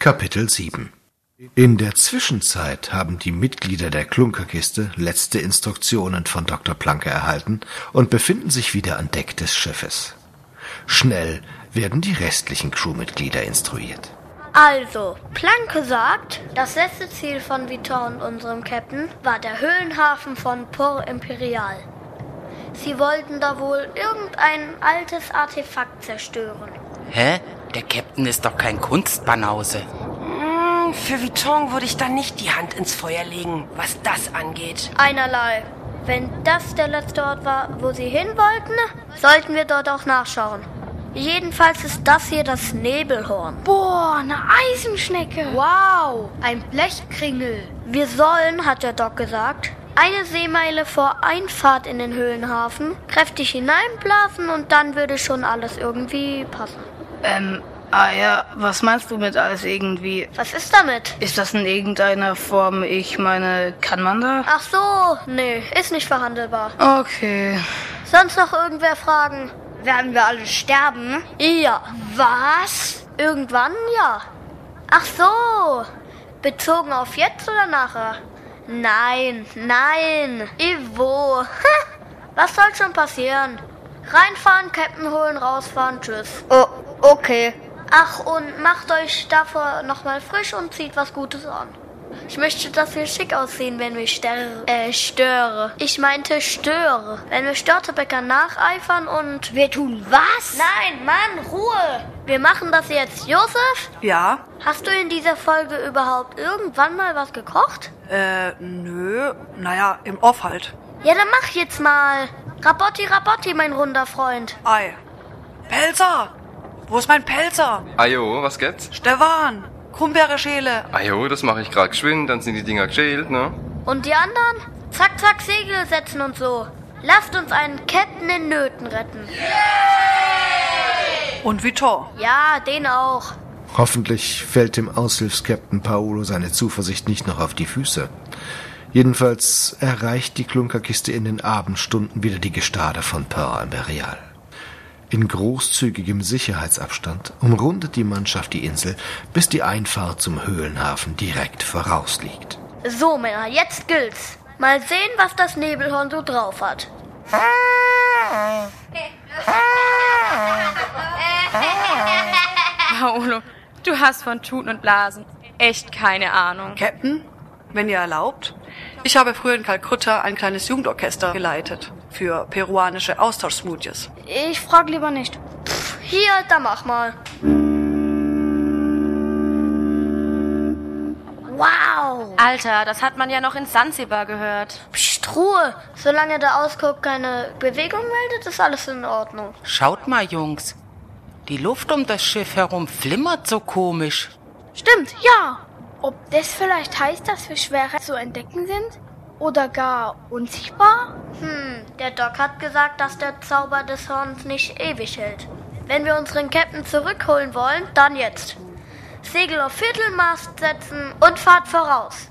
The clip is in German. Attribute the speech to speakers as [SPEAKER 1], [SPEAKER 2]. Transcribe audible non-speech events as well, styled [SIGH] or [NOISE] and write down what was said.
[SPEAKER 1] Kapitel 7 In der Zwischenzeit haben die Mitglieder der Klunkerkiste letzte Instruktionen von Dr. Planck erhalten und befinden sich wieder an Deck des Schiffes. Schnell werden die restlichen Crewmitglieder instruiert.
[SPEAKER 2] Also, Planke sagt, das letzte Ziel von Vitor und unserem Captain war der Höhlenhafen von Port Imperial. Sie wollten da wohl irgendein altes Artefakt zerstören.
[SPEAKER 3] Hä? Der Captain ist doch kein Kunstbanause.
[SPEAKER 4] Hm, Für Vuitton würde ich dann nicht die Hand ins Feuer legen, was das angeht.
[SPEAKER 2] Einerlei. Wenn das der letzte Ort war, wo sie hin wollten, sollten wir dort auch nachschauen. Jedenfalls ist das hier das Nebelhorn.
[SPEAKER 5] Boah, eine Eisenschnecke. Wow, ein Blechkringel.
[SPEAKER 2] Wir sollen, hat der Doc gesagt, eine Seemeile vor Einfahrt in den Höhlenhafen kräftig hineinblasen und dann würde schon alles irgendwie passen.
[SPEAKER 6] Ähm, ah ja, was meinst du mit alles irgendwie?
[SPEAKER 2] Was ist damit?
[SPEAKER 6] Ist das in irgendeiner Form, ich meine, kann man da?
[SPEAKER 2] Ach so, nee, ist nicht verhandelbar.
[SPEAKER 6] Okay.
[SPEAKER 2] Sonst noch irgendwer fragen?
[SPEAKER 5] Werden wir alle sterben?
[SPEAKER 2] Ja. Was? Irgendwann ja. Ach so. Bezogen auf jetzt oder nachher? Nein, nein. Ivo. [LAUGHS] Ha, Was soll schon passieren? Reinfahren, Captain holen, rausfahren, tschüss.
[SPEAKER 5] Oh, okay.
[SPEAKER 2] Ach, und macht euch davor nochmal frisch und zieht was Gutes an. Ich möchte, dass wir schick aussehen, wenn wir sterre, äh, störe. Ich meinte störe. Wenn wir Störtebäcker nacheifern und...
[SPEAKER 5] Wir tun was?
[SPEAKER 2] Nein, Mann, Ruhe! Wir machen das jetzt. Josef,
[SPEAKER 4] Ja,
[SPEAKER 2] hast du in dieser Folge überhaupt irgendwann mal was gekocht?
[SPEAKER 4] äh, nö. Naja, im Off halt.
[SPEAKER 2] Ja, dann mach jetzt mal. Rabotti, Rabotti, mein runder Freund.
[SPEAKER 4] Ei. Pelzer! Wo ist mein Pelzer?
[SPEAKER 7] Ajo, was gibt's?
[SPEAKER 4] Stefan! Krummbeere-Schäle!
[SPEAKER 7] Ajo, das mache ich grad geschwind, dann sind die Dinger geschält, ne?
[SPEAKER 2] Und die anderen? Zack, zack, Segel setzen und so. Lasst uns einen Captain in Nöten retten.
[SPEAKER 4] Und Vitor.
[SPEAKER 2] Ja, den auch.
[SPEAKER 1] Hoffentlich fällt dem Aushilfskapitän Paolo seine Zuversicht nicht noch auf die Füße. Jedenfalls erreicht die Klunkerkiste in den Abendstunden wieder die Gestade von Port Imperial. In großzügigem Sicherheitsabstand umrundet die Mannschaft die Insel, bis die Einfahrt zum Höhlenhafen direkt vorausliegt.
[SPEAKER 2] So, Männer, jetzt gilt's. Mal sehen, was das Nebelhorn so drauf hat.
[SPEAKER 8] Paolo, du hast von Tuten und Blasen echt keine Ahnung.
[SPEAKER 4] Captain, wenn ihr erlaubt. Ich habe früher in Kalkutta ein kleines Jugendorchester geleitet. Für peruanische Austauschsmoothies.
[SPEAKER 5] Ich frag lieber nicht.
[SPEAKER 2] Hier, da mach mal. Wow.
[SPEAKER 8] Alter, das hat man ja noch in Sansibar gehört.
[SPEAKER 2] Psst, Ruhe. Solange der Ausguck keine Bewegung meldet, ist alles in Ordnung.
[SPEAKER 3] Schaut mal, Jungs. Die Luft um das Schiff herum flimmert so komisch.
[SPEAKER 5] Stimmt, ja. Ob das vielleicht heißt, dass wir schwerer zu entdecken sind? Oder gar unsichtbar?
[SPEAKER 2] Hm, der Doc hat gesagt, dass der Zauber des Horns nicht ewig hält. Wenn wir unseren Captain zurückholen wollen, dann jetzt. Segel auf Viertelmast setzen und Fahrt voraus.